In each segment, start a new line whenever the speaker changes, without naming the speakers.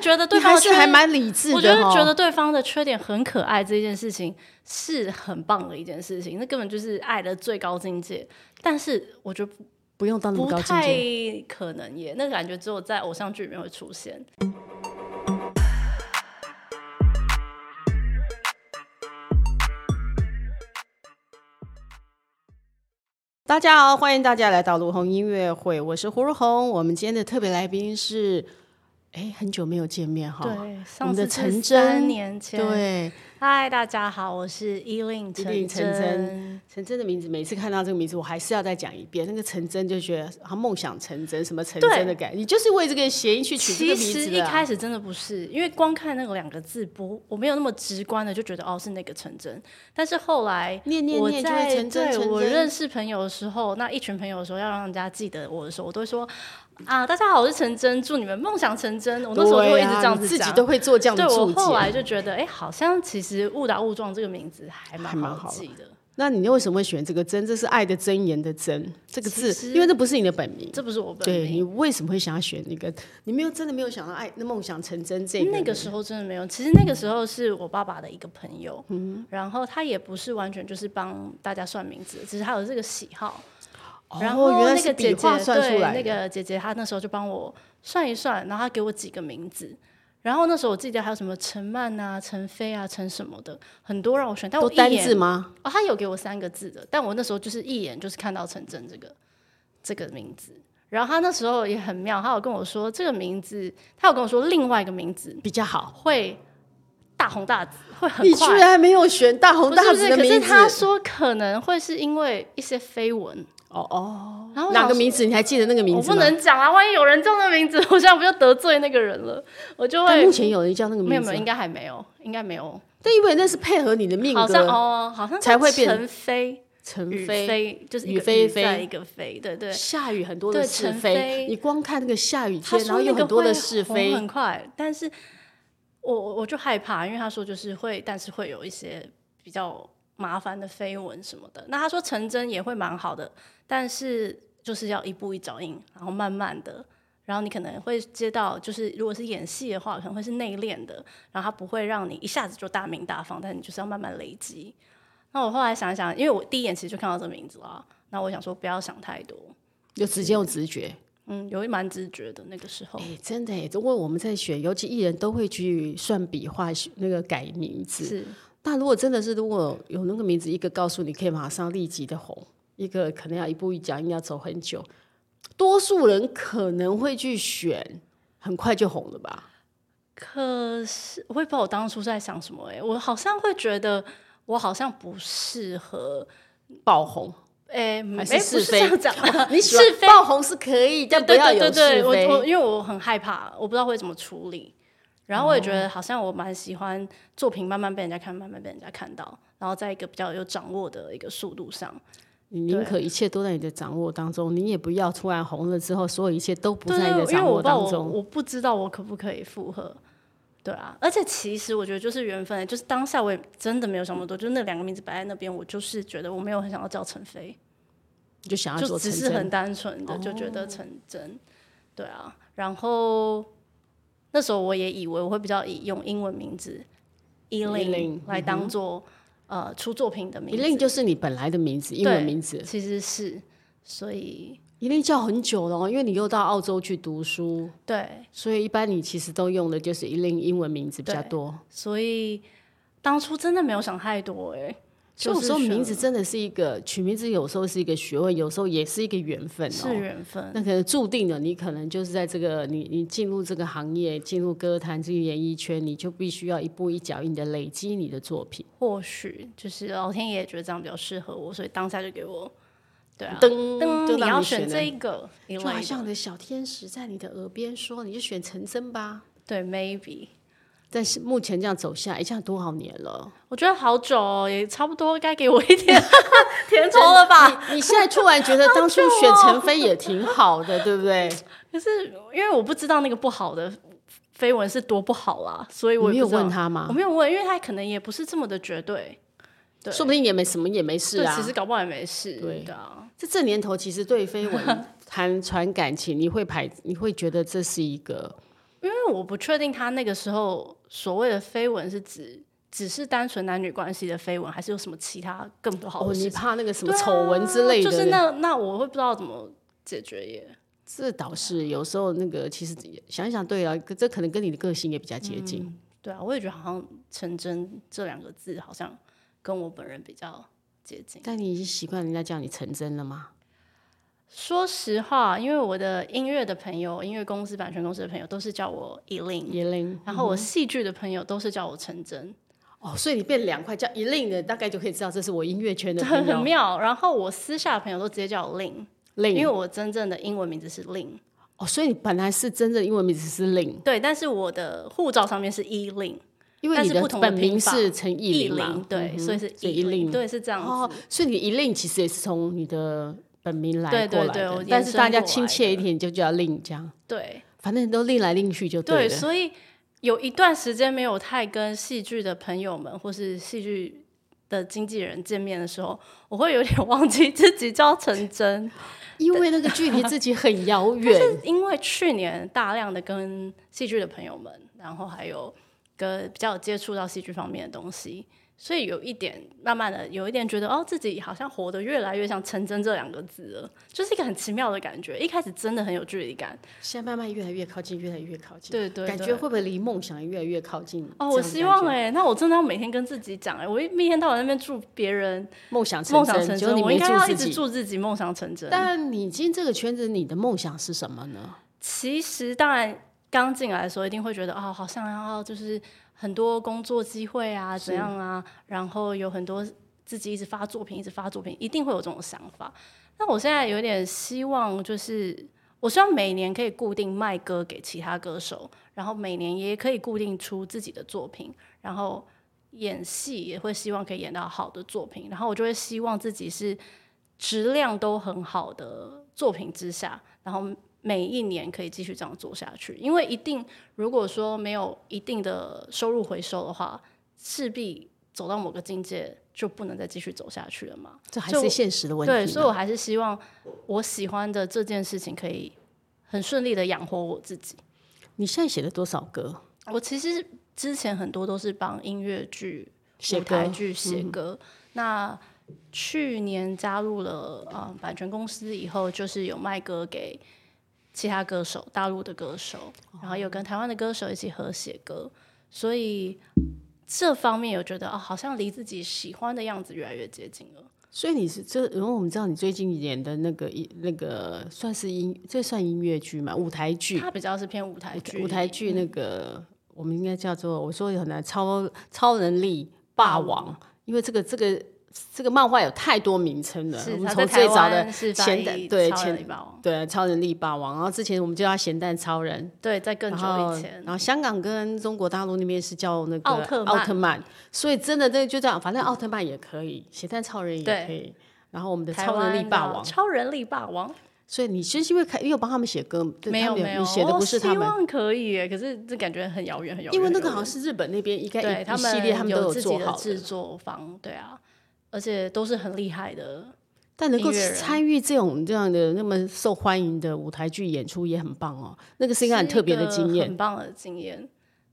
觉得对
你
方
还
的
是
缺
还蛮理智的、哦。
我觉得觉得对方的缺点很可爱，这件事情是很棒的一件事情，那根本就是爱的最高境界。但是我觉得不
不用到那么
不
嗯高境
太
界。
可能耶，那个感觉只有在偶像剧里面会出现。
大家好，欢迎大家来到卢红音乐会，我是胡如红。我们今天的特别来宾是，哎，很久没有见面哈。
对，
我
上
们
次是
的陈
三
真，
年前。，
对，
嗨，大家好，我是依令
依令陈
真。
陈真的名字，每次看到这个名字，我还是要再讲一遍。那个陈真就觉得啊，梦想成真，什么成
对
真的感觉，你就是为这个谐音去取这
其
个名
实
字
一
的啊、
开始真的不是，因为光看那个两个字不，我没有那么直观的就觉得哦是那个陈真，但是后来
念念
我
念就会
在
成真
对
成
我
真
认识朋友的时候，那一群朋友的时候，要让人家记得我的时候，我都会说啊，大家好，我是陈真，祝你们梦想成真。我那时候就会
对
一
啊
直这样
你
子
自
讲，
己都会做这样的
对我
注
后来
解。
就觉得，哎、好像其实误打误撞这个名字还蛮
还蛮
好
好
记的。
那你为什么会选这个“真”？这是爱的箴言的“真”这个字
其，实
因为这不是你的本名。
这不是我本
对你
名。
为什么会想要选一个？你没有真的没有想到爱那梦想成真这个
那个时候真的没有，其实那个时候是我爸爸的一个朋友，
嗯
然后他也不是完全就是帮大家算名字，只是他有这个喜好。然后
哦、原来
那
是
个
笔
姐姐
画算出
对
来
那
的
个姐姐她那时候就帮我算一算，然后她给我几个名字。然后那时候我记得还有什么陈曼啊、陈飞啊、陈什么的，很多让我选，但
都
我一
单
眼
字吗？
哦，他有给我三个字的，但我那时候就是一眼就是看到陈真这个这个名字。然后他那时候也很妙，他有跟我说这个名字，他有跟我说另外一个名字
比较好。
会大红大紫，会很
你居
快。
然没有选大
不
红
是
大
不
紫
是，
的
可
名字？
是他说可能会是因为一些绯闻，
哦哦，
然后我
哪
想
个
说
名字？你还记得那个名
我
字吗？
不能讲啊，万一有人叫那名字，我现在不就得罪那个人了？ 我就
但
会
目前有人叫那个
没有
名字
没有，应
吗，
该还没有，应该没有，
但因为那是配合你的命格，
好像哦，好像
才会变
成飞
陈
雨
飞。
飞，就是一
雨
个
霏
雨在
霏
一个飞，对对。
下雨很多的
对
是
陈
非
飞，
你光看那个下雨
他
天，然
说
后
那
有
个
很多的
会
是
红
非，
很快，但是我我我就害怕，因为他说就是会，但是会有一些比较麻烦的绯闻什么的。那他说成真也会蛮好的，但是就是要一步一脚印，然后慢慢的。然后你可能会接到，就是如果是演戏的话，可能会是内敛的，然后他不会让你一下子就大名大放，但你就是要慢慢累积。那我后来想一想，因为我第一眼其实就看到这个名字啦，那我想说不要想太多，
就直接用直觉。
嗯，有一蛮直觉的那个时候。
哎，真的哎，如果我们在选，尤其艺人都会去算笔画，那个改名字。
是
那如果真的是如果有那个名字，一个告诉你可以马上立即的红，一个可能要一步一脚印要走很久，多数人可能会去选很快就红了吧？
可是我也不知道我当初在想什么哎、我好像会觉得我好像不适合
爆红，
哎，没、
还是
诶
是
不是这
非
样讲，
你喜欢
是非
爆红是可以，但不
对
要
对
有
对
是
对，
非。
我我因为我很害怕，我不知道会怎么处理。然后我也觉得好像我蛮喜欢作品慢慢被人家看，慢慢被人家看到，然后在一个比较有掌握的一个速度上。
你宁可一切都在你的掌握当中，你也不要突然红了之后，所有一切都不
对
在
对，
你的
因为
掌
我
握
不知道
当
我
中。
我不知道我可不可以复合，对啊。而且其实我觉得就是缘分，就是当下我也真的没有想那么多，就是那两个名字摆在那边，我就是觉得我没有很想要叫陈飞，
你就想要
就
做
只
成
是
真，哦
很单纯的就觉得陈真，对啊。然后那时候我也以为我会比较以用英文名字依
Eileen，
琳来当做、呃出作品的名
一
字，
令就是你本来的名字，英文名字。
其实是，所以
一令叫很久了哦，因为你又到澳洲去读书，
对。
所以一般你其实都用的就是一令英文名字比较多。
所以当初真的没有想太多、欸，哎，
所以有时候
就是选
名字真的是一个取名字，有时候是一个学问，有时候也是一个缘分
是
哦。
缘分，
那可能注定了，你可能就是在这个你你进入这个行业，进入歌坛、进入演艺圈，你就必须要一步一脚印的累积你的作品。
或许就是老天爷觉得这样比较适合我，所以当下就给我，对啊，
噔就
噔，你
让
要
你
选
选
这一个，你
就好像你的小天使在你的耳边说，你就选陈真吧。
对，maybe，
但是目前这样走下来，哎，这样多少年了？
我觉得好久、哦，也差不多该给我一 点甜头了吧？
你你现在突然觉得当初选陈飞也挺好的，对不对？
可是因为我不知道那个不好的绯闻是多不好啦，所以
你
我
没
也
有
不知道
问，他
我
吗？
没有问，因为他可能也不是这么的绝对，对
说不定也没什么，也没事
对
啊
其。实搞不好也没事，
对
啊。
这这年头，其实对绯闻谈传感情，你会排，你会觉得这是一个
因为我不确定他那个时候所谓的绯闻是指只是单纯男女关系的绯闻，还是有什么其他更不好
哦，
的
你
事情？
怕那个什么
对啊
丑闻之类的，
就是那那我会不知道怎么解决耶。
这倒是有时候那个其实想一想，对啊，这可能跟你的个性也比较接近。
对啊，我也觉得好像“成真”这两个字好像跟我本人比较接近。
但你已经习惯人家叫你成真了吗？
说实话，因为我的音乐的朋友、音乐公司、版权公司的朋友都是叫我 Elin，
一令
然后我戏剧的朋友都是叫我陈真，
哦，所以你变两块叫一令的，大概就可以知道这是我音乐圈的
很
朋
很
友。
妙。然后我私下的朋友都直接叫我 Lin，因为
令
我真正的英文名字是 Lin，
哦，所以你本来是真正英文名字是令，
对，但是我的护照上面是 E Lin，
因为
但
你
是不同的
本名
拼法
是陈艺
意
林嘛，
对，所以是
所以
E
Elin
对，是这样子。
哦，所以你一令其实也是从你的本名来
对
过
对
来的，
对我
但
延
是
伸
大家
过来
亲切一
的
点就叫令这样，
对
反正都令来令去就
对，
了。
所以有一段时间没有太跟戏剧的朋友们或是戏剧的经纪人见面的时候，我会有点忘记自己叫陈真。
因为那个距离自己很遥 远，
是因为去年大量的跟戏剧的朋友们，然后还有跟比较有接触到戏剧方面的东西，所以有一点慢慢的有一点觉得哦，自己好像活得越来越像“成真”这两个字了，就是一个很奇妙的感觉。一开始真的很有距离感，
现在慢慢越来越靠近，越来越靠近，
对对
感觉会不会离梦想越来越靠近？
哦，我希望
哎、
哎、那我真的要每天跟自己讲哎、我一一天到晚在那边祝别人
梦想成
梦想
真，
成
结果
真，
你
我应
没
该要一直
自己。
祝自己梦想成真。
但你进这个圈子，你的梦想是什么呢？
其实当然刚进来的时候一定会觉得哦，好像要就是很多工作机会啊，怎样啊，然后有很多自己一直发作品，一直发作品，一定会有这种想法。那我现在有点希望，就是我希望每年可以固定卖歌给其他歌手，然后每年也可以固定出自己的作品，然后演戏也会希望可以演到好的作品，然后我就会希望自己是质量都很好的作品之下，然后每一年可以继续这样做下去。因为一定如果说没有一定的收入回收的话，势必走到某个境界就不能再继续走下去了嘛。
这还
就是
现实的问题嘛。
对，所以我还是希望我喜欢的这件事情可以很顺利的养活我自己。
你现在写了多少歌？
我其实之前很多都是帮音乐剧、
写
舞台
歌嗯
剧写歌。那去年加入了呃版权公司以后，就是有卖歌给其他歌手，大陆的歌手，然后有
哦
跟台湾的歌手一起合写歌，所以这方面有觉得哦，好像离自己喜欢的样子越来越接近了。
所以你是这，因为我们知道你最近演的那个一那个算是音，这算音乐剧嘛，舞台剧，
它比较是偏舞台剧，嗯
舞台剧那个我们应该叫做，我说有很难超超能力霸王，因为这个这个这个漫画有太多名称了，我
是
们
它
从
在
最
台
早的
湾是翻
前
译
代对
超人
前
力霸王，
对超能力霸王，然后之前我们就叫他咸蛋超人，
对，在更
然
久
后
以前
然，后香港跟中国大陆那边是叫那个
奥特曼
奥特曼，所以真的那就这样，反正奥特曼也可以，咸蛋超人也
对
可以。然后我们的
台
超能力
湾
霸
的
王，
超人力霸王。
所以你是因为看，因为我帮他们写歌，对
没
他
有
们
没有，
你写的不
我
是他们
希，望可以耶，可是这感觉很遥远很遥远。
因为那个
很
好
遥
像
远
是日本那边应该
对
一
他
一系列他们都
有
有
自
做
己的
好
制作方，对啊，而且都是很厉害的。
但能够
音乐人
参与这种这样的那么受欢迎的舞台剧演出也很棒哦，那个是一个很特别的经验。
很棒的经验。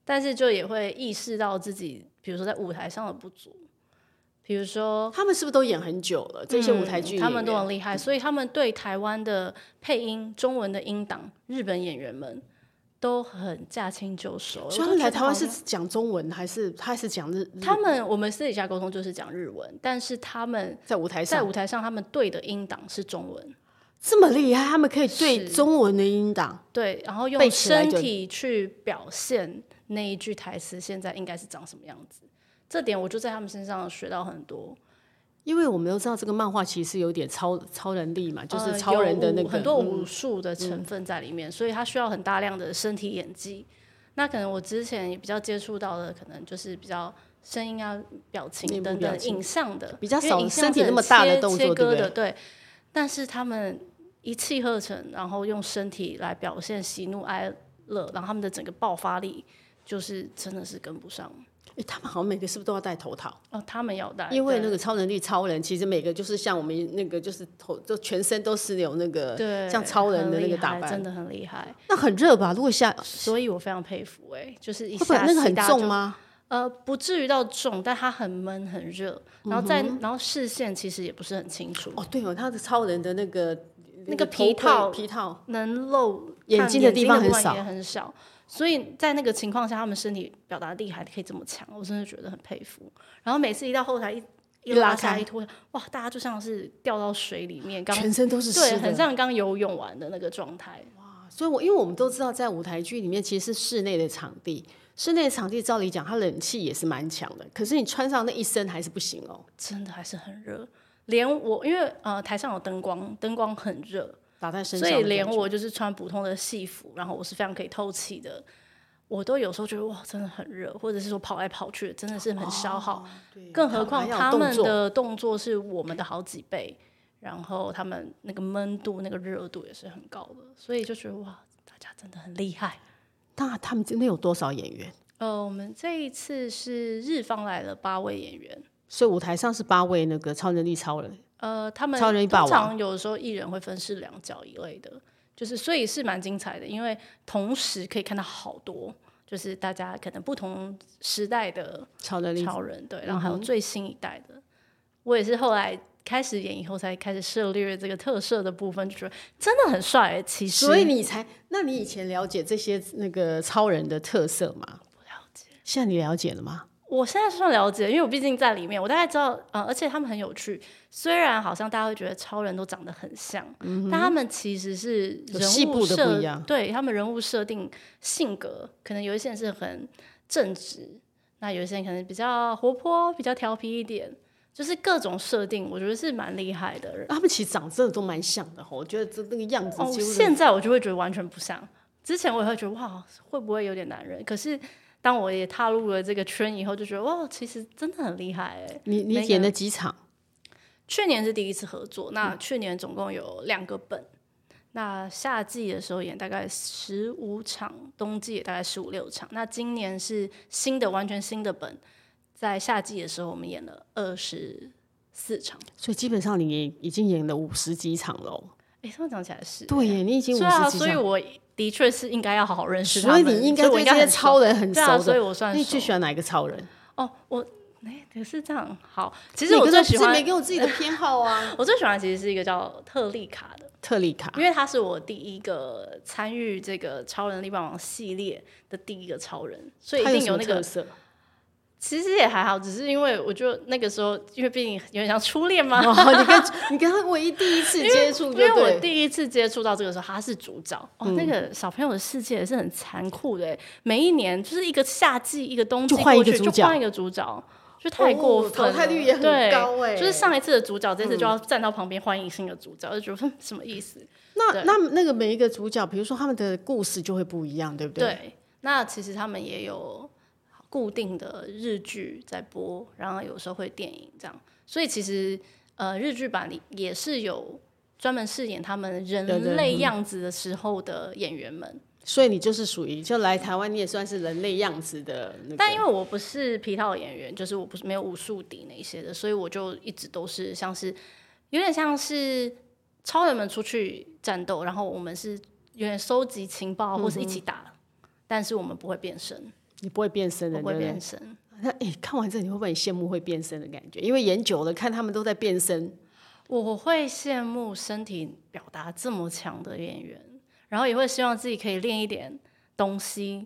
但是就也会意识到自己，比如说在舞台上的不足，比如说
他们是不是都演很久了？这些舞台剧演
嗯
员、
他们都很厉害，所以他们对台湾的配音、中文的音档、日本演员们都很驾轻就熟。
所以他
我就
们
觉得
来台湾
好
是讲中文还是他还是讲日？
他们我们私底下沟通就是讲日文，但是他们
在舞台
在
上
舞台上他们对的音档是中文，
这么厉害，他们可以对
是
中文的音档，
对，然后
背
用
起来
身
就
体去表现那一句台词现在应该是长什么样子。这点我就在他们身上学到很多，
因为我们都知道这个漫画其实有点超超能力嘛，啊就
呃
是超人的
有
那
武
个
很多
嗯
武术的成分在里面，所以他需要很大量的身体演技。那可能我之前也比较接触到的，可能就是比较声音啊、表
面
情
部
等
表
等
情
影像的，
比较
因为
少
影像
身体
是
那
很
么大的
切
动
切
作对不
割的，对。但是他们一气呵成，然后用身体来表现喜怒哀乐，然后他们的整个爆发力就是真的是跟不上。
诶他们好像每个是不是都要戴头套？
哦，他们要戴，
因为那
对
个超能力超人，其实每个就是像我们那个就是头，就全身都是有那个
对
像超人
很
的那
厉
个打
害真
扮，
的很厉害，
那很热吧？如果下
所以我非常佩服哎、就是一
会不会
下
那个
吸
很
大家
重
就？
吗？
呃，不至于到重，但它很闷很热，
嗯
然后再、然后视线其实也不是很清楚，
哦，对哦，他的超人的那个
那个
头盔
皮套
皮套，
能露
眼
看
睛的地方
部
很
分
少
也很少。所以在那个情况下，他们身体表达力还可以这么强，我真的觉得很佩服。然后每次一到后台一
一
一
拉
拉下
开
一脱下，哇，大家就像是掉到水里面，刚
全身都是
对，
湿
很
的。
像刚游泳完的那个状态。
所以我因为我们都知道，在舞台剧里面其实是室内的场地，室内的场地照理讲，它冷气也是蛮强的，可是你穿上那一身还是不行哦，
真的还是很热。连我，因为呃台上有灯光，灯光很热，
打在身
所
上。
以连我就是穿普通的戏服，然后我是非常可以透气的，我都有时候觉得哇，真的很热，或者是说跑来跑去，真的是很消耗。
哦对
更何况
还有
他
动
们
作
的动作是我们的好几倍，然后他们那个闷度、那个热度也是很高的，所以就觉得哇，大家真的很厉害。
那他们真的有多少演员？
呃，我们这一次是日方来了八位演员，
所以舞台上是八位那个超能力超人，
呃，他们
超人与霸
通
王
常有时候艺人会分饰两角一类的，就是所以是蛮精彩的，因为同时可以看到好多，就是大家可能不同时代的
超能力
超人，对，
嗯
然后还有最新一代的。我也是后来开始演以后才开始涉猎这个特色的部分，就觉得真的很帅、欸。其实，
所以你才，那你以前了解这些那个超人的特色吗？不了解。现在你了解了吗？
我现在算了解，因为我毕竟在里面，我大概知道，呃，而且他们很有趣。虽然好像大家会觉得超人都长得很像，但他们其实是
嗯有
人
细
物
部的不
设
一样
对他们人物设定、性格，可能有一些人是很正直，那有一些人可能比较活泼、比较调皮一点，就是各种设定，我觉得是蛮厉害的。
他们其实长真的都蛮像的吼，哦我觉得这那个样子
哦，
几乎是
现在我就会觉得完全不像。之前我也会觉得哇，会不会有点男人？可是当我也踏入了这个圈以后，就觉得哇，其实真的很厉害哎、
你你
每个
演了几场？
去年是第一次合作，那
嗯
去年总共有两个本，那夏季的时候演大概十五场，冬季也大概十五六场。那今年是新的，完全新的本，在夏季的时候我们演了二十四场。
所以基本上你也已经演了五十几场喽。
哎，这么讲起来是，
对耶，你已经五
对啊，
十几
所以
场，
我的确是应该要好好认识他
所以
们，
你应该
所以我
对
应
这
该
些
很熟
超人很
对啊，
熟
所以
的。
我算
那你
熟
最喜欢哪一个超人？
哦，我哎，可是这样好，其
其
实我最喜欢
每个有自己的偏好 啊。
我最喜欢其实是一个叫特丽卡的。
特丽卡，
因为他是我第一个参与这个超人力霸王系列的第一个超人，所以一
他
定
有
那
什么特
个。
色。
其实也还好，只是因为我就那个时候，因为毕竟有点像初恋嘛，
哦，你跟你跟他唯一第一次接触，
因
就
为我
对。嗯
第一次接触到这个时候，他是主角。哦，那个小朋友的世界也是很残酷的，欸每一年就是一个夏季，一个冬季
就换一
过
个
去
主
就
角哦
换一个主角。就太过分了、
淘汰率也很
对
高嗯哎
就是上一次的主角，这次就要站到旁边欢迎新的主角，就觉得哼什么意思？
那那那个每一个主角，比如说他们的故事就会不一样，对不对？
对，那其实他们也有固定的日剧在播，然后有时候会电影这样，所以其实呃，日剧版里也是有专门饰演他们
对对
人类样子的时候的演员们。
所以你就是属于就来台湾，你也算是人类样子的那个。
但因为我不是皮套演员，就是我不是没有武术底那一些的，所以我就一直都是像是有点像是超人们出去战斗，然后我们是有点收集情报
嗯
或是一起打，但是我们不会变身，
你不会变身
我
的，
不会
对不
变
对
身。
那哎、看完这你会不会很羡慕会变身的感觉？因为演久了，看他们都在变身，
我会羡慕身体表达这么强的演员，然后也会希望自己可以练一点东西，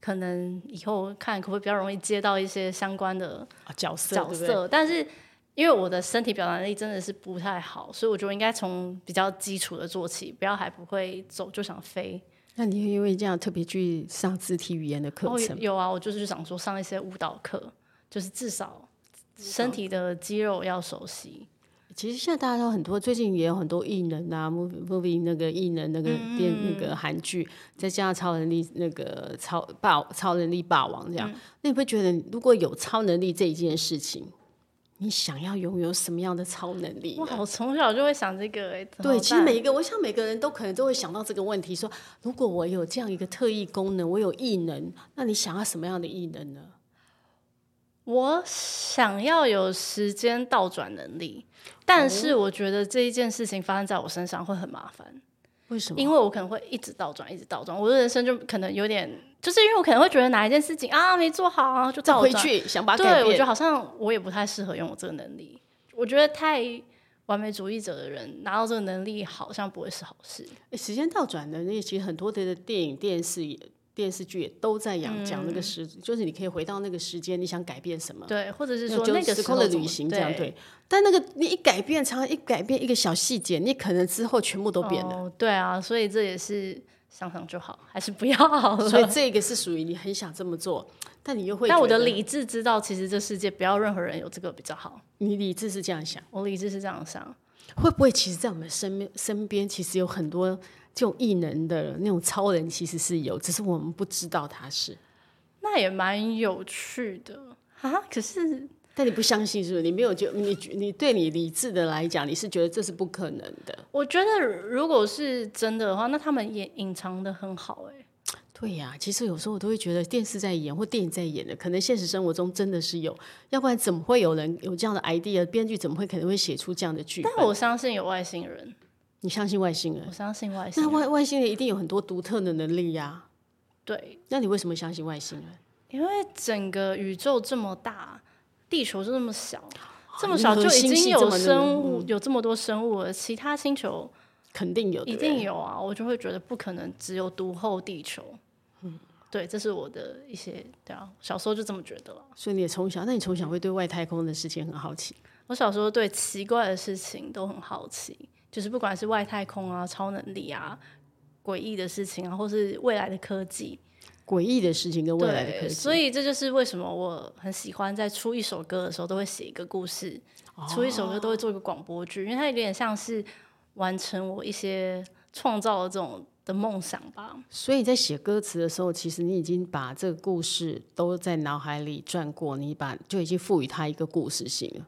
可能以后看可不可以比较容易接到一些相关的
啊角色
角
对
色。
不对
但是因为我的身体表达能力真的是不太好，所以我觉得应该从比较基础的做起，不要还不会走就想飞。
那你因为这样特别去上肢体语言的课
哦，
程，
有啊，我就是想说上一些舞蹈课，就是至
嗯
少身体的肌肉要熟悉。
其实现在大家有很多，最近也有很多艺人啊，movie movie 那个艺人那
嗯
个电、那个韩剧，再加上超能力那个超霸超能力霸王这
嗯
样，那你会觉得如果有超能力这一件事情，你想要拥有什么样的超能力
哇，
呢？
我从小就会想这个、欸，怎么
对，其实
办
每一个，我想每个人都可能都会想到这个问题：说，如果我有这样一个特异功能，我有异能，那你想要什么样的异能呢？
我想要有时间倒转能力，但
哦
是我觉得这一件事情发生在我身上会很麻烦，
为什么？
因为我可能会一直倒转，一直倒转，我的人生就可能有点，就是因为我可能会觉得哪一件事情啊没做好啊就
倒
倒
回
转，
去想把它改
对，我觉
变
得，好像我也不太适合拥有这个能力。我觉得太完美主义者的人拿到这个能力，好像不会是好事。
诶时间倒转能力，其实很多的电影、电视也、电视剧也都在讲
嗯
讲那个时，就是你可以回到那个时间，你想改变什么。
对，或者是
嗯那
说
就
那个
时
时
空
候
的
怎么
旅行这样
对
对，但那个你一改变，常常一改变一个小细节，你可能之后全部都变了。
哦。对啊，所以这也是想想就好，还是不要好了。
所以这个是属于你很想这么做，但你又会。
但哦我的，理智知道，其实这世界不要任何人有这个比较好。
你理智是这样想，
我理智是这样想，
会不会其实，在我们身边身边，其实有很多这种异能的那种超人，其实是有，只是我们不知道他是。
那也蛮有趣的啊。可是
但你不相信是不是？你没有觉你你对你理智的来讲，你是觉得这是不可能的。
我觉得，如果是真的的话，那他们也隐藏的很好哎、
对呀、其实有时候我都会觉得电视在演或电影在演的，可能现实生活中真的是有，要不然怎么会有人有这样的 idea？编剧怎么会可能会写出这样的剧
但
本？
我相信有外星人，
你相信外星人？
我相信外星
那
人。
外外星人一定有很多独特的能力呀、
对，
那你为什么相信外星人？
因为整个宇宙这么大，地球就这么小，这么
你
小
核
就已
心
经
系
有
这么
生物，有这么多生物了，其他星球
肯定有，
一
对不对
定有啊，我就会觉得不可能只有独后地球。
嗯
对，这是我的一些对啊，小时候就这么觉得了。
所以你也从小，那你从小会对外太空的事情很好奇，
我小时候对奇怪的事情都很好奇，就是不管是外太空啊、超能力啊、诡异的事情啊，或是未来的科技，
诡异的事情跟未来的科
对，
技。
所以这就是为什么我很喜欢在出一首歌的时候都会写一个故事，
哦
出一首歌都会做一个广播剧，因为它有点像是完成我一些创造的这种的梦想吧。
所以你在写歌词的时候，其实你已经把这个故事都在脑海里转过，你把就已经赋予它一个故事性了。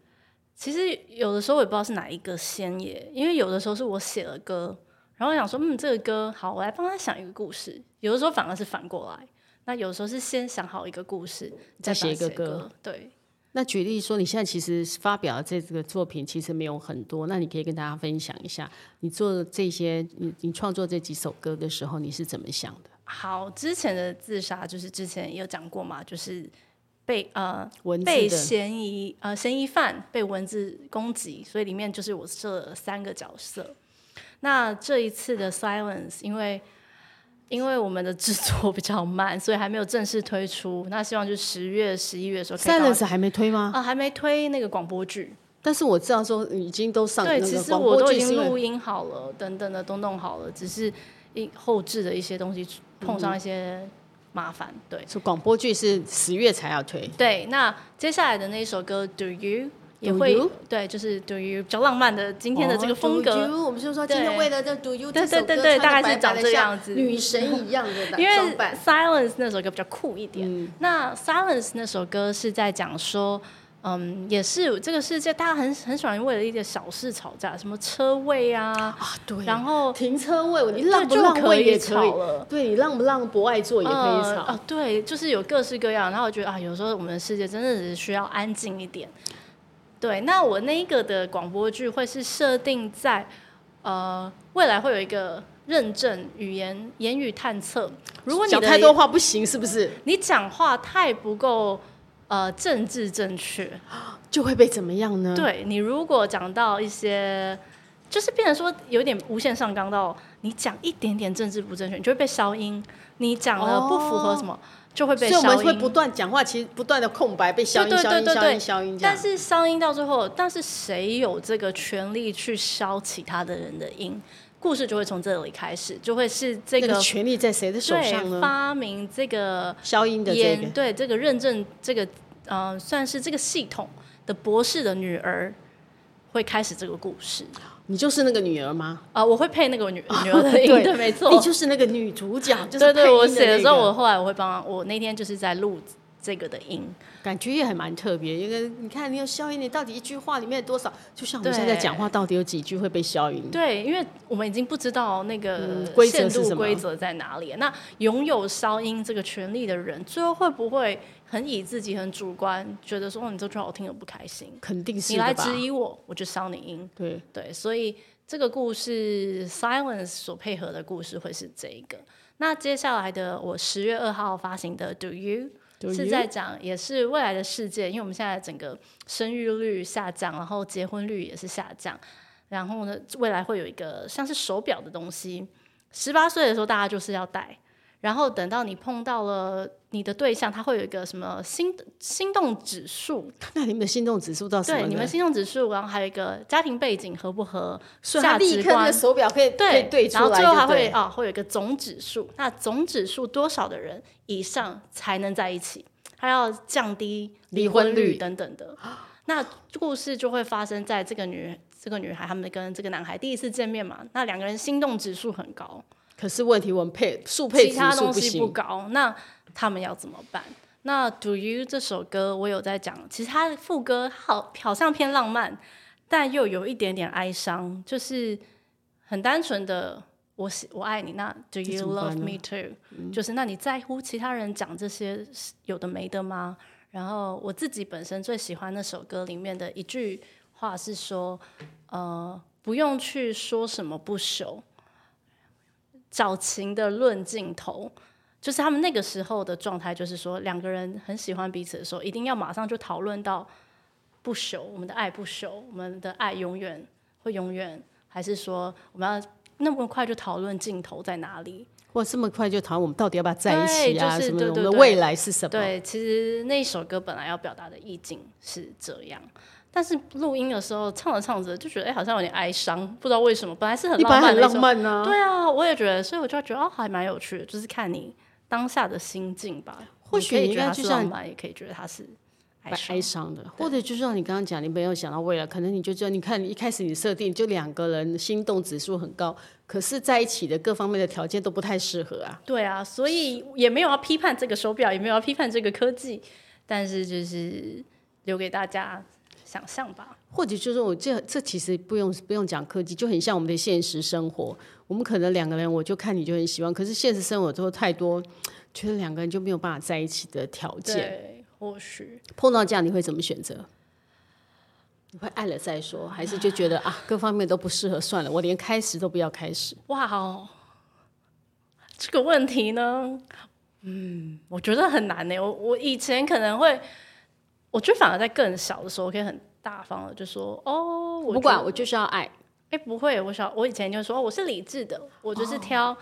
其实有的时候我也不知道是哪一个先耶，因为有的时候是我写了歌，然后我想说，嗯，这个歌好，我来帮他想一个故事。有的时候反而是反过来，那有的时候是先想好一个故事，
再
把它
写一个歌
歌。对，
那举例说，你现在其实发表的这这个作品其实没有很多，那你可以跟大家分享一下，你做这些，你你创作这几首歌的时候，你是怎么想的？
好，之前的自杀就是之前也有讲过嘛，就是被呃
文字
被
的
嫌疑呃嫌疑犯被文字攻击，所以里面就是我设了三个角色。那这一次的 Silence，因为因为我们的制作 比较慢，所以还没有正式推出。那希望就十月、十一月的时候可以到。
Silence 还没推吗？
啊、还没推那个广播剧，
但是我知道说已经都上
对，
那
其
个
实
广
我
播
都
剧
已
是
经
因为
录音好了，等等的都弄好了，只是一后置的一些东西碰
嗯
上一些麻烦，对。
说广播剧是十月才要推，
对，那接下来的那一首歌《Do You》也
Do
会
You？
对，就是 Do You 比较浪漫的今天的这个
哦
风
Do
格。
You，我们就说
对
今天为了这 Do You
对
这首歌
对对对
穿得
大概
白
是长
白的
这
像
样子
女神一样的
因为
装扮。嗯
Silence 那首歌比较酷一点。那 Silence 那首歌是在讲说，嗯，也是这个世界大家很很喜欢为了一点小事吵架，什么车位啊，
啊，对
然后
停车位，你
对
让不
就
让
可
位
以
也可以
吵了，
对你让不让博爱座也可以
呃
吵
啊。对，就是有各式各样。然后我觉得啊，有时候我们的世界真的是需要安静一点。对，那我那一个的广播剧会是设定在呃未来会有一个认证语言言语探测，如果你
讲
的
太多话不行，是不是
你讲话太不够呃政治正确，
就会被怎么样呢？，
对你如果讲到一些，就是变成说有点无限上纲到你讲一点点政治不正确，你就会被消音；你讲了不符合什么，就会
哦所
被
以我
消
们会
音
不。断讲话，其实不断的空白被消音、
对对
消音、
对对
消
对
音、消音这样
但。是消音到最后，但是谁有这个权利去消其他的人的音？故事就会从这里开始，就会是这
那
个
个权利在谁的手上
对
呢？
发明这个
消音的这
研
个
对这个认证这个呃，算是这个系统的博士的女儿会开始这个故事。
你就是那个女儿吗？
啊、我会配那个女女儿 的音，
对
对，没错
你，就是那个女主角，就
对
是配
对，
音
我写
那
的时候，
个
我后来我会帮我那天就是在录这个的音。
感觉也还蛮特别。因为你看，你有消音，你到底一句话里面有多少？就像我们
对
现在讲话，到底有几句会被消音？
对，因为我们已经不知道那个
嗯规则
限
是什
度
么
规则在哪里。那拥有烧音这个权利的人，最后会不会很以自己很主观，觉得说哦你这句好听，我不开心，
肯定是
你来
的吧？
质疑我，我就烧你音。
对，
对，所以这个故事 Silence 所配合的故事会是这一个。那接下来的我十月二号发行的 Do You。
Do
是
you？
在讲，也是未来的世界，因为我们现在整个生育率下降，然后结婚率也是下降，然后呢，未来会有一个像是手表的东西，十八岁的时候大家就是要戴，然后等到你碰到了你的对象，他会有一个什么心心动指数，
那你们的心动指数哦到什么
对，
呢？
你们心动指数，然后还有一个家庭背景合不合，
所以
价
它立
值
刻那
观
个手表可以可以
对，
对出
然后
来，
最后还
就对
会啊、会有一个总指数，那总指数多少的人以上才能在一起？他要降低
离婚
婚
率
等等的。那故事就会发生在这个女这个女孩他们跟这个男孩第一次见面嘛，那两个人心动指数很高，
可是问题我们配速配
其
指
他
数
东
不
西不
行，
高，那他们要怎么办？那《Do You》这首歌我有在讲，其实它的副歌好好像偏浪漫，但又有一点点哀伤，就是很单纯的我喜我爱你，那 Do
这怎
you
么
love
办呢嗯
me too？、就是那你在乎其他人讲这些有的没的吗？然后我自己本身最喜欢那首歌里面的一句话是说，呃，不用去说什么不朽，找情的论尽头。就是他们那个时候的状态，就是说两个人很喜欢彼此的时候，一定要马上就讨论到不朽，我们的爱不朽，我们的爱永远会永远，还是说我们要那么快就讨论尽头在哪里？
哇，这么快就谈我们到底要不要在一起
对
啊？
就是
什么
对对
的，我们的
对
未来是什么？
对，其实那首歌本来要表达的意境是这样，但是录音的时候唱着唱着就觉得，哎、好像有点哀伤，不知道为什么。本来是很
你本来
浪漫
很
的一
浪
首，
漫啊，
对啊，我也觉得，所以我就觉得哦，还蛮有趣的，就是看你当下的心境吧。
或许
你可
你
以觉
应
得
该
它
就是像
浪漫，也可以觉得它是哀
蛮
伤
哀。伤的，或者就像你刚刚讲，你没有想到未来，可能你就知道，你看你一开始你设定就两个人心动指数很高，可是在一起的各方面的条件都不太适合啊。
对啊，所以也没有要批判这个手表，也没有要批判这个科技，但是就是留给大家想象吧。
或者就是我这这其实不用不用讲科技，就很像我们的现实生活。我们可能两个人，我就看你就很喜欢，可是现实生活中太多，觉得两个人就没有办法在一起的条件。
对，或许
碰到这样，你会怎么 选择？你会爱了再说，还是就觉得啊，各方面都不适合，算了，我连开始都不要开始？
哇哦，这个问题呢，嗯，我觉得很难呢。我我以前可能会，我觉得反而在更小的时候，我可以很大方的就说哦，我
不
觉
管，
得，
我就是要爱。
哎、不会，我小我以前就说、哦我是理智的，我
哦
就是挑。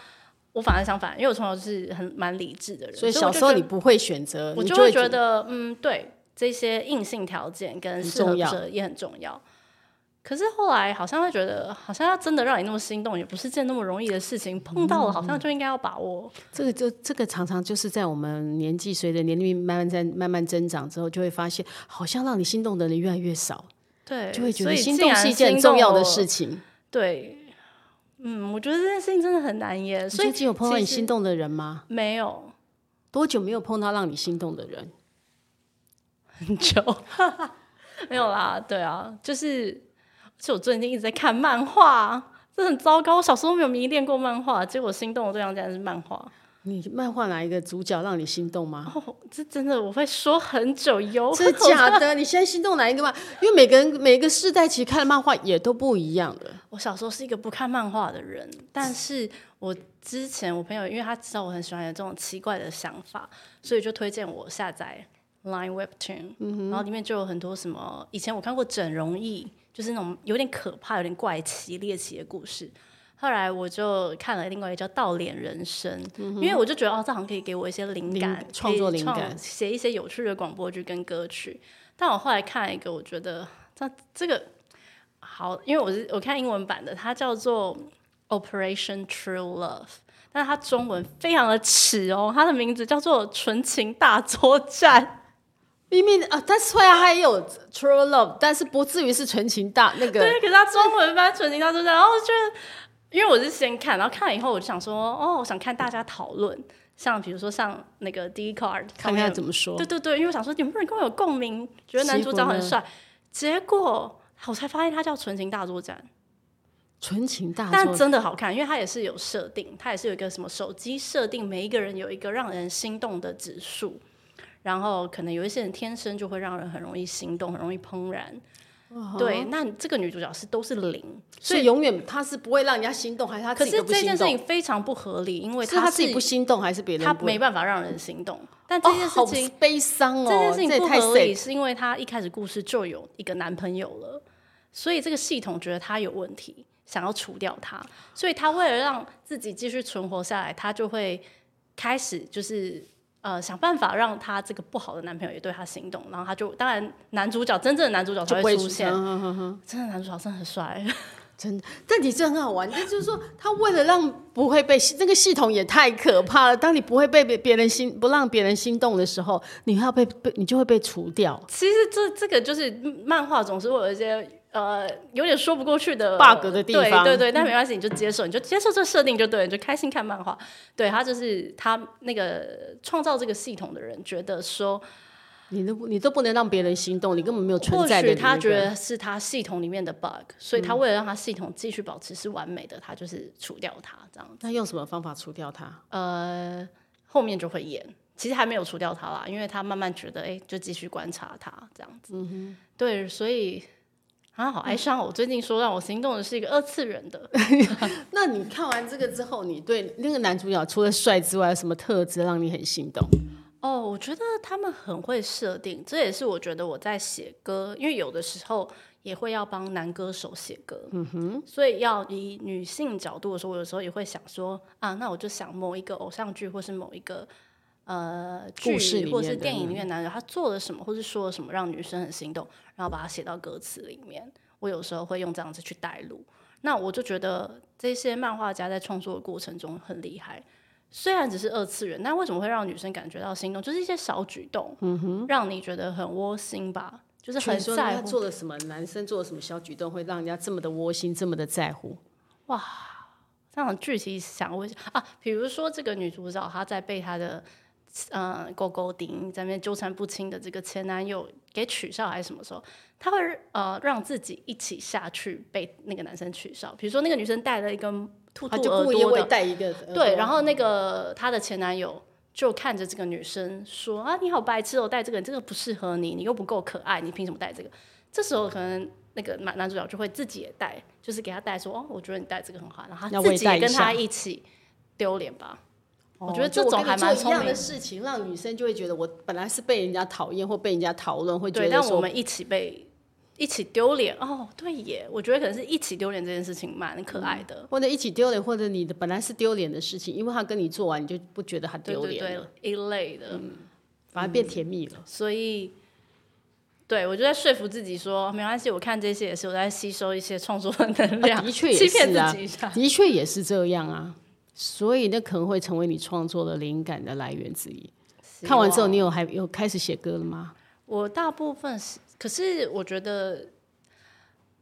我反而相反，因为我从小就是很蛮理智的人，
所以
我
小
就
时候
觉得
你不会选择，
我
你
就
会
会觉得，嗯，对，这些硬性条件跟
很
适合
重要
者也很重要。可是后来好像会觉得，好像要真的让你那么心动，也不是件那么容易的事情。碰到了，好
嗯
像就应该要把握。
这个就这个常常就是在我们年纪随着年龄慢慢在慢慢增长之后，就会发现好像让你心动的人越来越少，
对，
就会觉
所
得
以
心
既
动
然
是一件很
心
重要
动
的
了
事。情。
对，嗯，我觉得这件事情真的很难耶。
你
呃所以
最近有碰到你
其
心动的人吗？
没有
多久没有碰到让你心动的人？
很久， 没有啦。对啊，就是，而且我最近一直在看漫画，这很糟糕。我小时候没有迷恋过漫画，结果心动的对象竟然是漫画。
你漫画哪一个主角让你心动 吗？
哦，这真的我会说很久哟。
真的假的？你现在心动哪一个吗？因为每个人每个世代其实看的漫画也都不一样的。
我小时候是一个不看漫画的人，但是我之前我朋友因为他知道我很喜欢有这种奇怪的想法，所以就推荐我下载 Line Webtoon，、然后里面就有很多什么以前我看过整容艺，就是那种有点可怕、有点怪奇、猎奇的故事。后来我就看了另外一个叫《盗脸人生》因为我就觉得哦，这好像可以给我一些灵
灵
感，
创
可以
作灵
创
感
写一些有趣的广播剧跟歌曲。但我后来看一个，我觉得这这个好，因为我是我看英文版的，它叫做 Operation True Love，但是它中文非常的耻哦，它的名字叫做《纯情大作战
明明啊，但是虽然他也有 true love，但是不至于是纯情大那》。个
对，可是它中文翻《纯情大作战》，然后我觉得，因为我是先看，然后看了以后我就想说，哦，我想看大家讨论。像比如说上那个 D card
看看怎么说
对。对对，因为我想说你们不能跟我有共鸣，觉得男主
结果
角很
呢
帅，结果我才发现他叫《纯情大作战》。
纯情大
但
作
真的好看，因为它也是有设定，它也是有一个什么手机设定，每一个人有一个让人心动的指数，然后可能有一些人天生就会让人很容易心动，很容易怦然。
哦
对，那这个女主角是都是零，
所以永远他是不会让人家心动，还是他
可
自己
是
都不
这
心
件
动？
事情非常不合理，因为
是他
是
自己不心动，还是别人
她
不
没办法让人心动，但这件事情、
哦、好悲伤哦，
这件事情
也
不
太
合理，
sad。
是因为她一开始故事就有一个男朋友了，所以这个系统觉得她有问题，想要除掉她，所以她为了让自己继续存活下来，她就会开始就是呃想办法让她这个不好的男朋友也对她心动，然后她就当然男主角真正的男主角
就
才
不会
出现，
嗯嗯嗯嗯
真的男主角真的很帅，
真的，但你这很好玩，但就是说，他为了让不会被这个系统也太可怕了。当你不会被别别人心不让别人心动的时候，你要被被你就会被除掉
其实这这个就是嗯漫画总是会有一些呃有点说不过去的
bug 的地方
对对对，但没关系，你就接受，你就接受这设定就对了，你就开心看漫画。对他就是他那个创造这个系统的人觉得说，
你都不你都不能让别人心动，你根本没有存
或
在的嗯
许
理由。
他觉得是他系统里面的 bug，所以他为了让他系统继续保持是完美的，他就是除掉它这样。
那用什么方法除掉他？
呃，后面就会演。其实还没有除掉他啦，因为他慢慢觉得，哎、就继续观察他这样子。对，所以啊，好哀伤哦！我最近说让我心动的是一个二次元的，
那你看完这个之后，你对那个男主角除了帅之外，有什么特质让你很心动？
哦，我觉得他们很会设定，这也是我觉得我在写歌，因为有的时候也会要帮男歌手写歌，嗯哼，所以要以女性角度的时候，我有时候也会想说啊，那我就想某一个偶像剧或是某一个呃
故事里
剧
面
或是
的
电影里面的男人他做了什么，或是说了什么让女生很心动，然后把它写到歌词里面。我有时候会用这样子去带路，那我就觉得这些漫画家在创作的过程中很厉害。虽然只是二次元，那为什么会让女生感觉到心动？就是一些小举动，
嗯
让你觉得很窝心吧，就是很
说
在
他
乎。
做了什么，男生做了什么小举动，会让人家这么的窝心，这么的在乎。
这样具体想问一下啊，比如说这个女主角她在被她的呃狗狗顶在那边纠缠不清的这个前男友给取笑还是什么时候，她会呃让自己一起下去被那个男生取笑。比如说那个女生戴了一个兔
他
兔
就
耳
故意
朵
会
的，
带一个呃耳
对，
朵
然后那个她的前男友就看着这个女生说啊，你好白痴哦，戴这个这个不适合你，你又不够可爱，你凭什么戴这个？这时候可能那个男男主角就会自己也戴，就是给他戴说哦，我觉得你戴这个很好，然后
那
他
我也
自己
戴
也
一
跟
下
他一起丢脸吧。
哦
我觉得
就
这种
跟你
还
做
蛮
一
聪
样的
明
事情，让女生就会觉得我本来是被人家讨厌或被人家讨论，会觉
对，
得
但
说
我们一起被一起丢脸哦，对耶，我觉得可能是一起丢脸这件事情蛮可爱的。
或者一起丢脸，或者你的本来是丢脸的事情，因为他跟你做完，你就不觉得嗯他
对
丢
对
脸了，
对，一类的，
反而变甜蜜了。
所以，对我就在说服自己说，没关系，我看这些也是我在吸收一些创作的能量，
啊的确也
欺骗
是啊
自己一下。
的确也是这样啊，所以那可能会成为你创作的灵感的来源之一。
希望
看完之后，你有还有开始写歌了吗？
我大部分是，可是我觉得，嗯，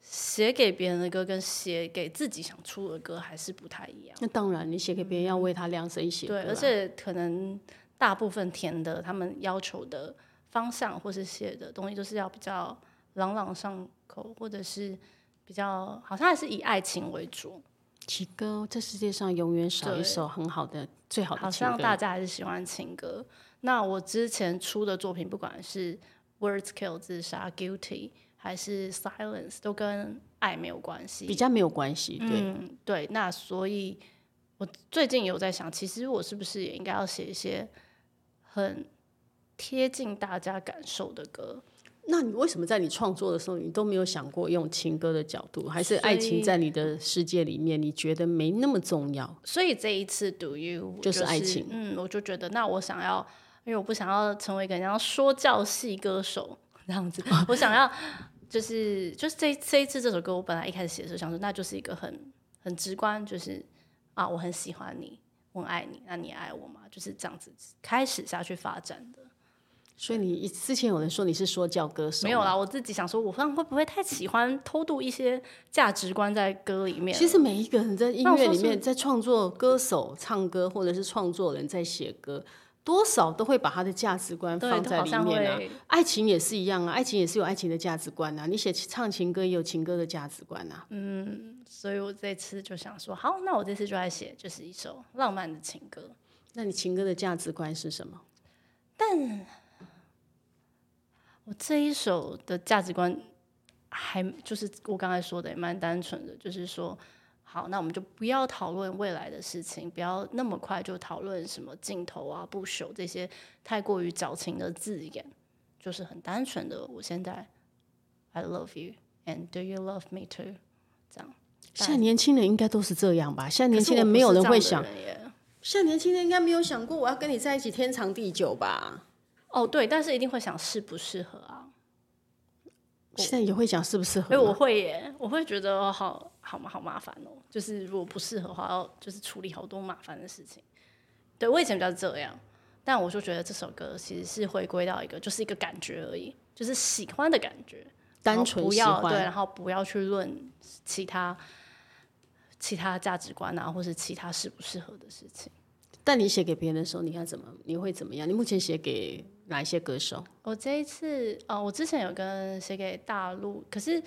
写给别人的歌跟写给自己想出的歌还是不太一样。
那当然，你写给别人要为他量身写歌啊、
嗯对，而且可能大部分填的他们要求的方向或是写的东西，都是要比较朗朗上口，或者是比较好像还是以爱情为主。
情歌，哦这世界上永远少一
对
首很好的、最好的
好
情
像
歌。
大家还是喜欢情歌。那我之前出的作品，不管是《Words Kill》自杀、《Guilty》还是《Silence》，都跟爱没有关
比
系。
较没有关系，对。
嗯，对。那所以，我最近有在想，其实我是不是也应该要写一些很贴近大家感受的歌？
那你为什么在你创作的时候，你都没有想过用情歌的角度，还是
所以
爱情在你的世界里面，你觉得没那么重要？
所以这一次《Do You》我
就是爱情
嗯，我就觉得，那我想要，因为我不想要成为一个人家说教系歌手这样 子，我想要就是就是这这一次这首歌，我本来一开始写的时候想说，那就是一个很很直观，就是啊，我很喜欢你，我很爱你，那你也爱我嘛，就是这样子开始下去发展的。
所以你之前有人说你是说教歌手，
没有啦，我自己想说，我这样会不会太喜欢偷渡一些价值观在歌里面？
其实每一个人在音
那我
乐
说
里
是
面，在创作歌手唱歌，或者是创作人在写歌，多少都会把他的价值观
对
放在
好
里
像
面啊
会。
爱情也是一样啊，爱情也是有爱情的价值观啊。你写唱情歌也有情歌的价值观啊。
所以我这次就想说，好，那我这次就来写，就是一首浪漫的情歌。
那你情歌的价值观是什么？
我这一首的价值观还就是我刚才说的也蛮单纯的，就是说，好，那我们就不要讨论未来的事情，不要那么快就讨论什么尽头啊、不朽这些太过于矫情的字眼，就是很单纯的。我现在 I love you and do you love me too，这样。
现在年轻人应该都是这样吧？现在年
可是
轻
我
人
不
没有
是
人
这
会
样的
想，
人耶
现在年轻人应该没有想过我要跟你在一起天长地久吧？
哦，对，但是一定会想适不适合啊。
现在也会想适不适
哎、
合
我
吗？
会耶，我会觉得哦好好麻好麻烦哦，就是如果不适合的话，要就是处理好多麻烦的事情。对我以前比较这样，但我就觉得这首歌其实是回归到一个就是一个感觉而已，就是喜欢的感觉，然
单
后哦
纯
不
喜
要对，啊
欢
然后不要去论其他其他价值观啊，或是其他适不适合的事情。
但你写给别人的时候，你要怎么？你会怎么样？你目前写给哪一些歌手？
我这一次，呃，我之前有跟写给大陆，可是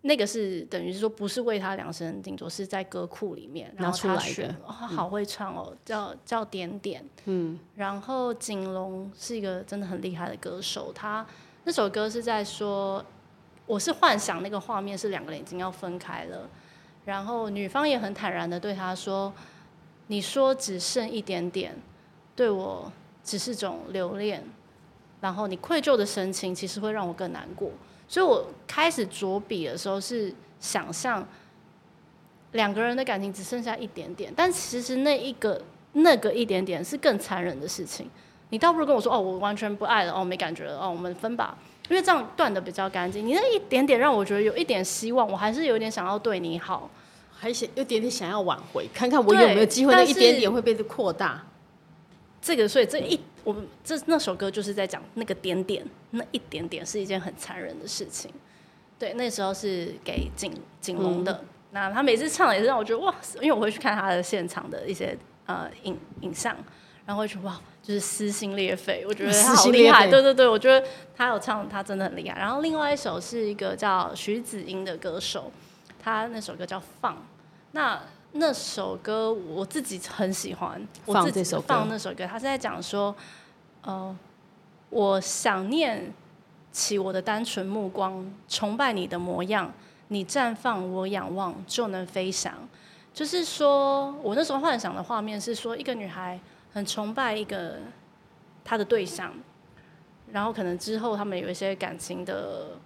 那个是等于是说不是为他量身定做，是在歌库里面，然
拿
后
出
他
来
选
的嗯
了，哦，好会唱哦，叫叫点点，嗯，然后景龙是一个真的很厉害的歌手，他那首歌是在说，我是幻想那个画面是两个人已经要分开了，然后女方也很坦然的对他说，你说只剩一点点，对我只是种留恋。然后你愧疚的神情，其实会让我更难过。所以我开始着笔的时候是想象两个人的感情只剩下一点点，但其实那一个那个一点点是更残忍的事情。你倒不如跟我说哦，我完全不爱了，哦，没感觉了，哦，我们分吧，因为这样断的比较干净。你那一点点让我觉得有一点希望，我还是有点想要对你好。
还想有点点想要挽回，看看我有没有机会，
对
那
但
一
是
点点会被扩大。
这个，所以这一我们这那首歌就是在讲那个点点，那一点点是一件很残忍的事情。对，那时候是给景景龙的。
嗯
那他每次唱也是让我觉得哇，因为我会去看他的现场的一些呃影影像，然后会觉得哇，就是撕心裂肺。我觉得他
撕
好
心
厉
裂
害，
肺
对对对，我觉得他有唱，他真的很厉害。然后另外一首是一个叫徐子英的歌手，他那首歌叫《放》。那那首歌我自己很喜欢，我
放
自己
这首歌
放那首歌，他是在讲说，呃，我想念起我的单纯目光，崇拜你的模样，你绽放，我仰望，就能飞翔。就是说我那时候幻想的画面是说，一个女孩很崇拜一个她的对象，然后可能之后他们有一些感情的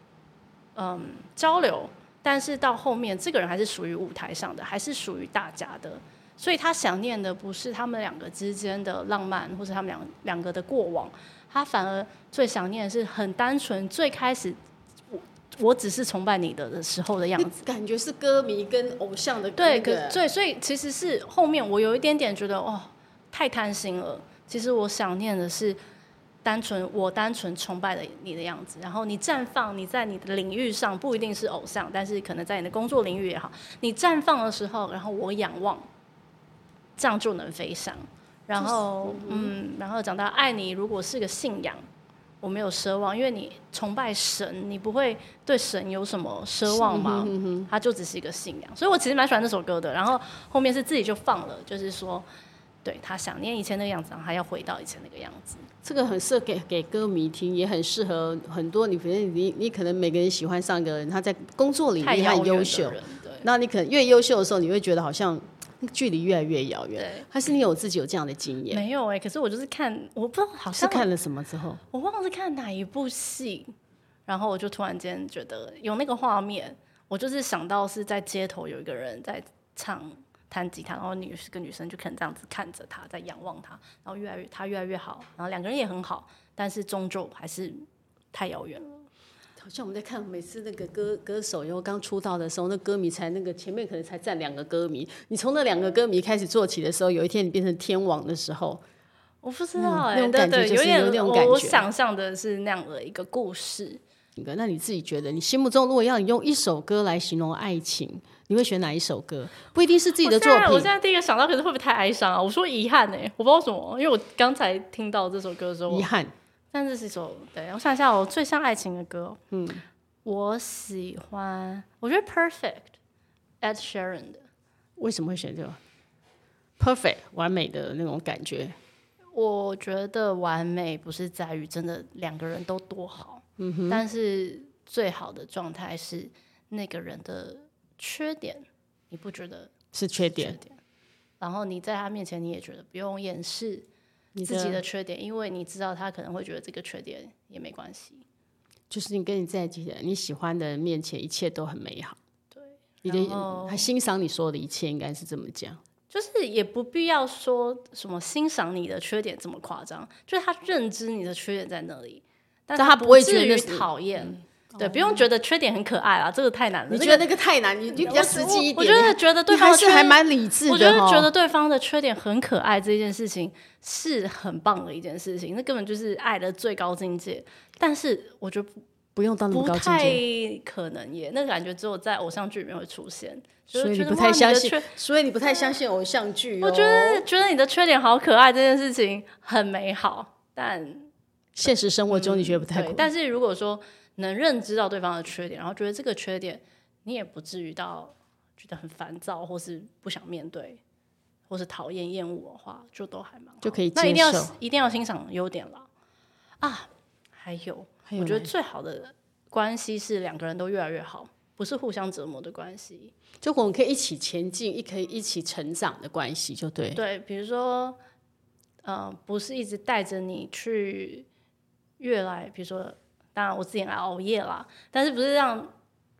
嗯交流，但是到后面这个人还是属于舞台上的，还是属于大家的，所以他想念的不是他们两个之间的浪漫，或是他们两两个的过往，他反而最想念的是很单纯，最开始我我只是崇拜你的的时候的样
那
子。
感觉是歌迷跟偶像的
对，
那
可
个
对，所以其实是后面我有一点点觉得哦，太贪心了。其实我想念的是单纯，我单纯崇拜的你的样子，然后你绽放，你在你的领域上不一定是偶像，但是可能在你的工作领域也好，你绽放的时候，然后我仰望，这样就能飞翔。然后，嗯，然后讲到爱你，如果是个信仰，我没有奢望，因为你崇拜神，你不会对神有什么奢望
嗯
吗？它就只是一个信仰。所以我其实蛮喜欢这首歌的。然后后面是自己就放了，就是说，对他想念以前那个样子，然后他要回到以前那个样子。
这个很适合给给歌迷听，也很适合很多你，比如你你可能每个人喜欢上一个人，他在工作里
太
面他
遥
很
远
优
的
秀，
人，对。
那你可能越优秀的时候，你会觉得好像那个距离越来越遥远
对。
还是你有自己有这样的经验？
没有哎、可是我就是看，我不知道，好
是
像
看了什么之后？
我忘了是看哪一部戏，然后我就突然间觉得有那个画面，我就是想到是在街头有一个人在唱弹吉他，然后女是个女生就可能这样子看着他，在仰望他，然后越来越他越来越好，然后两个人也很好，但是终究还是太遥远了。
好像我们在看每次那个歌歌手，然后刚出道的时候，那歌迷才那个前面可能才站两个歌迷，你从那两个歌迷开始做起的时候，有一天你变成天王的时候，
我不知道哎、
那种
对
感觉
对，
就是
点
有那种
我
感
我
觉
想象的是那样的一个故事。
那你自己觉得，你心目中如果要你用一首歌来形容爱情，你会选哪一首歌？不一定是自己的作
我现在我现
品。
在第一个想到，可是会不会太哀伤啊？我说遗憾呢、我不知道为什么，因为我刚才听到这首歌的时候，
遗憾，
但这是一首，对我想一下，我最像爱情的歌，嗯，我喜欢，我觉得 Perfect，Ed Sheeran 的，
为什么会选这个？Perfect，完美的那种感觉。
我觉得完美不是在于真的两个人都多好，嗯哼，但是最好的状态是那个人的缺点，你不觉得
是
缺
缺点，
点，然后你在他面前你也觉得不用掩饰
你
自己的缺点，因为你知道他可能会觉得这个缺点也没关系，
就是你跟你在一起的你喜欢的人面前，一切都很美好。
对，
你
然
的
后
他欣赏你所有的一切，应该是这么讲。
就是也不必要说什么欣赏你的缺点这么夸张，就是他认知你的缺点在那里，但
但
他
他不会
至
觉得
于
是嗯
讨厌。对，不用觉得缺点很可爱啊，这个太难了。
你
那
觉
个
得那个太难，你你比较实际一点。
我觉得觉得对方
你
的
还
缺
是还蛮理智的、哦。
我觉得觉得对方的缺点很可爱这件事情是很棒的一件事情，那根本就是爱的最高境界。但是我觉得
不用到那么
不
高境
太
界，
可能耶，那个感觉只有在偶像剧里面会出现。就是
所以
觉
你
得哇
不太
你的
相信
缺，
所以你不太相信偶像剧、哦。
我觉得觉得你的缺点好可爱这件事情很美好，但
现实生活中你觉得不太可
对，但是如果说能认知到对方的缺点，然后觉得这个缺点你也不至于到觉得很烦躁，或是不想面对，或是讨厌厌恶的话，就都还蛮好
就可以
那一定要
接受
一定要欣赏优点了啊！还有，
还有
我觉得
呢
最好的关系是两个人都越来越好，不是互相折磨的关系。
就我们可以一起前进，一可以一起成长的关系，就对。
对，比如说，呃，不是一直带着你去越来，比如说，当然我自己很爱熬夜啦，但是不是让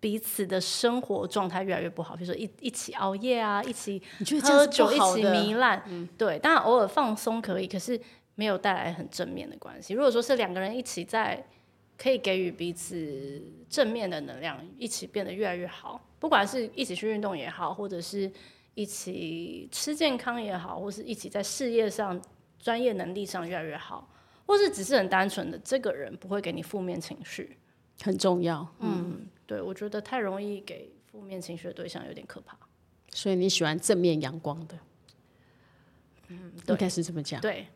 彼此的生活状态越来越不好？比如说一一起熬夜啊，一起
你觉得这样
喝
是
酒，
不
一
好
起
的？嗯
糜烂，对，当然偶尔放松可以，可是没有带来很正面的关系。如果说是两个人一起在。可以给予彼此正面的能量，一起变得越来越好。不管是一起去运动也好，或者是一起吃健康也好，或是一起在事业上、专业能力上越来越好，或是只是很单纯的这个人不会给你负面情绪。
很重要，
嗯，对，我觉得太容易给负面情绪的对象有点可怕。
所以你喜欢正面阳光的，
嗯，
应
对
该是这么讲。
对，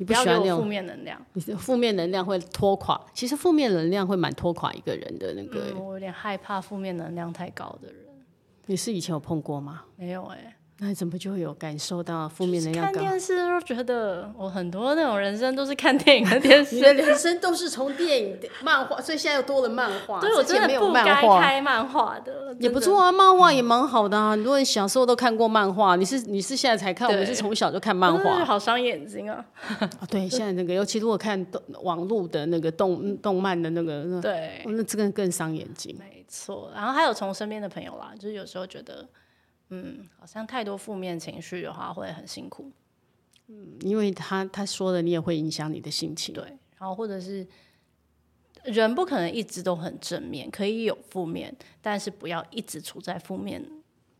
你不
不
喜
要给
欢那
我负
种
面能量。
你的负面能量会拖垮，其实负面能量会蛮拖垮一个人的。那个、
嗯，我有点害怕负面能量太高的人。
你是以前有碰过吗？
没有哎、
那你怎么就会有感受到负面能量
看
高？
电视都觉得我很多那种人生都是看电影和电视，
的人生都是从电影、漫画，所以现在又多了漫画
对我真的不该开漫画的，
也
真
不
的。
错啊，漫画也蛮好的啊。很多人小时候都看过漫画，你是你是现在才看，我
对
们是从小就看漫
真的是
画。
好伤眼睛啊！
啊对，现在那个，尤其如果看动网络的那个动动漫的那个，那
对，
哦那这个更伤眼睛。
没错。然后还有从身边的朋友啦，就是有时候觉得，嗯，好像太多负面情绪的话会很辛苦，
嗯因为他他说的，你也会影响你的心情。
对。然后或者是人不可能一直都很正面，可以有负面，但是不要一直处在负面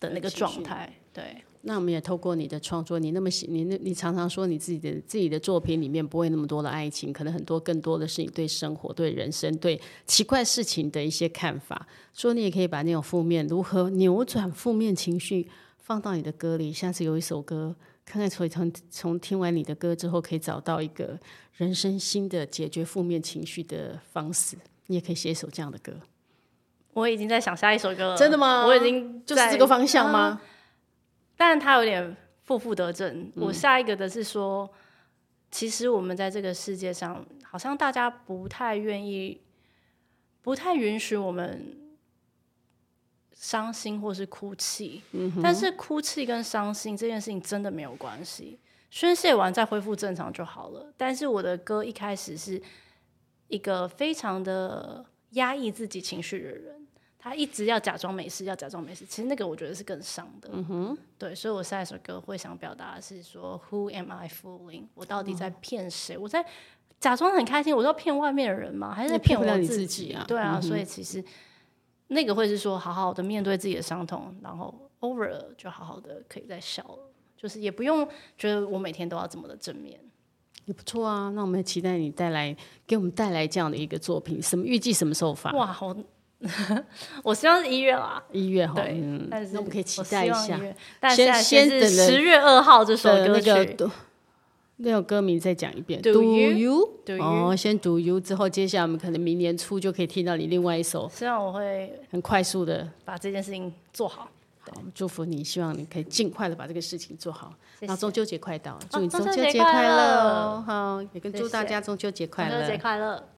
的那个状态。对，
那我们也透过你的创作，你那么喜，你那你常常说你自己的自己的作品里面不会那么多的爱情，可能很多更多的是你对生活、对人生、对奇怪事情的一些看法。说你也可以把那种负面如何扭转负面情绪放到你的歌里。下次有一首歌，看看从从从听完你的歌之后，可以找到一个人生新的解决负面情绪的方式。你也可以写一首这样的歌，
我已经在想下一首歌了，
真的吗
我已经
就是
在
这个方向吗？
但他有点负负得正。我下一个的是说，其实我们在这个世界上，好像大家不太愿意，不太允许我们伤心或是哭泣。
嗯
但是哭泣跟伤心这件事情真的没有关系，宣泄完再恢复正常就好了。但是我的歌一开始是一个非常的压抑自己情绪的人。他一直要假装没事，要假装没事，其实那个我觉得是更伤的。
嗯
对，所以我下一首歌会想表达的是说，Who am I fooling？我到底
哦
在骗谁？我在假装很开心，我是要骗外面的人吗？还是在
那骗
骗
不了
我
你
自
自己啊
对啊，所以其实那个会是说，好好的面对自己的伤痛，然后 over 了就好好的可以再笑了，就是也不用觉得我每天都要这么的正面。
也不错啊。那我们也期待你带来给我们带来这样的一个作品，什么预计什么时候发？
哇，好， 我希望是一月啦，
一月哈，
对
嗯，
但是
那我们可以期
我
待
希
一
望
下
1月。但
先
现在
先
是
等着
十月二号这首
的
歌
那
曲，
个都那首歌名再讲一遍
Do you？
you？
Do you？
哦，先 Do you 之后，接下来我们可能明年初就可以听到你另外一首
希望我会
很快速的。
把这件事情做好。
好，祝福你，希望你可以尽快的把这个事情做好。
谢
那
谢
中秋节快到了，祝
哦
你中
中秋
秋
节
节
快
快乐
乐
哦！好，也跟
谢
祝大
谢
家中秋节快
中秋
乐
节。快乐！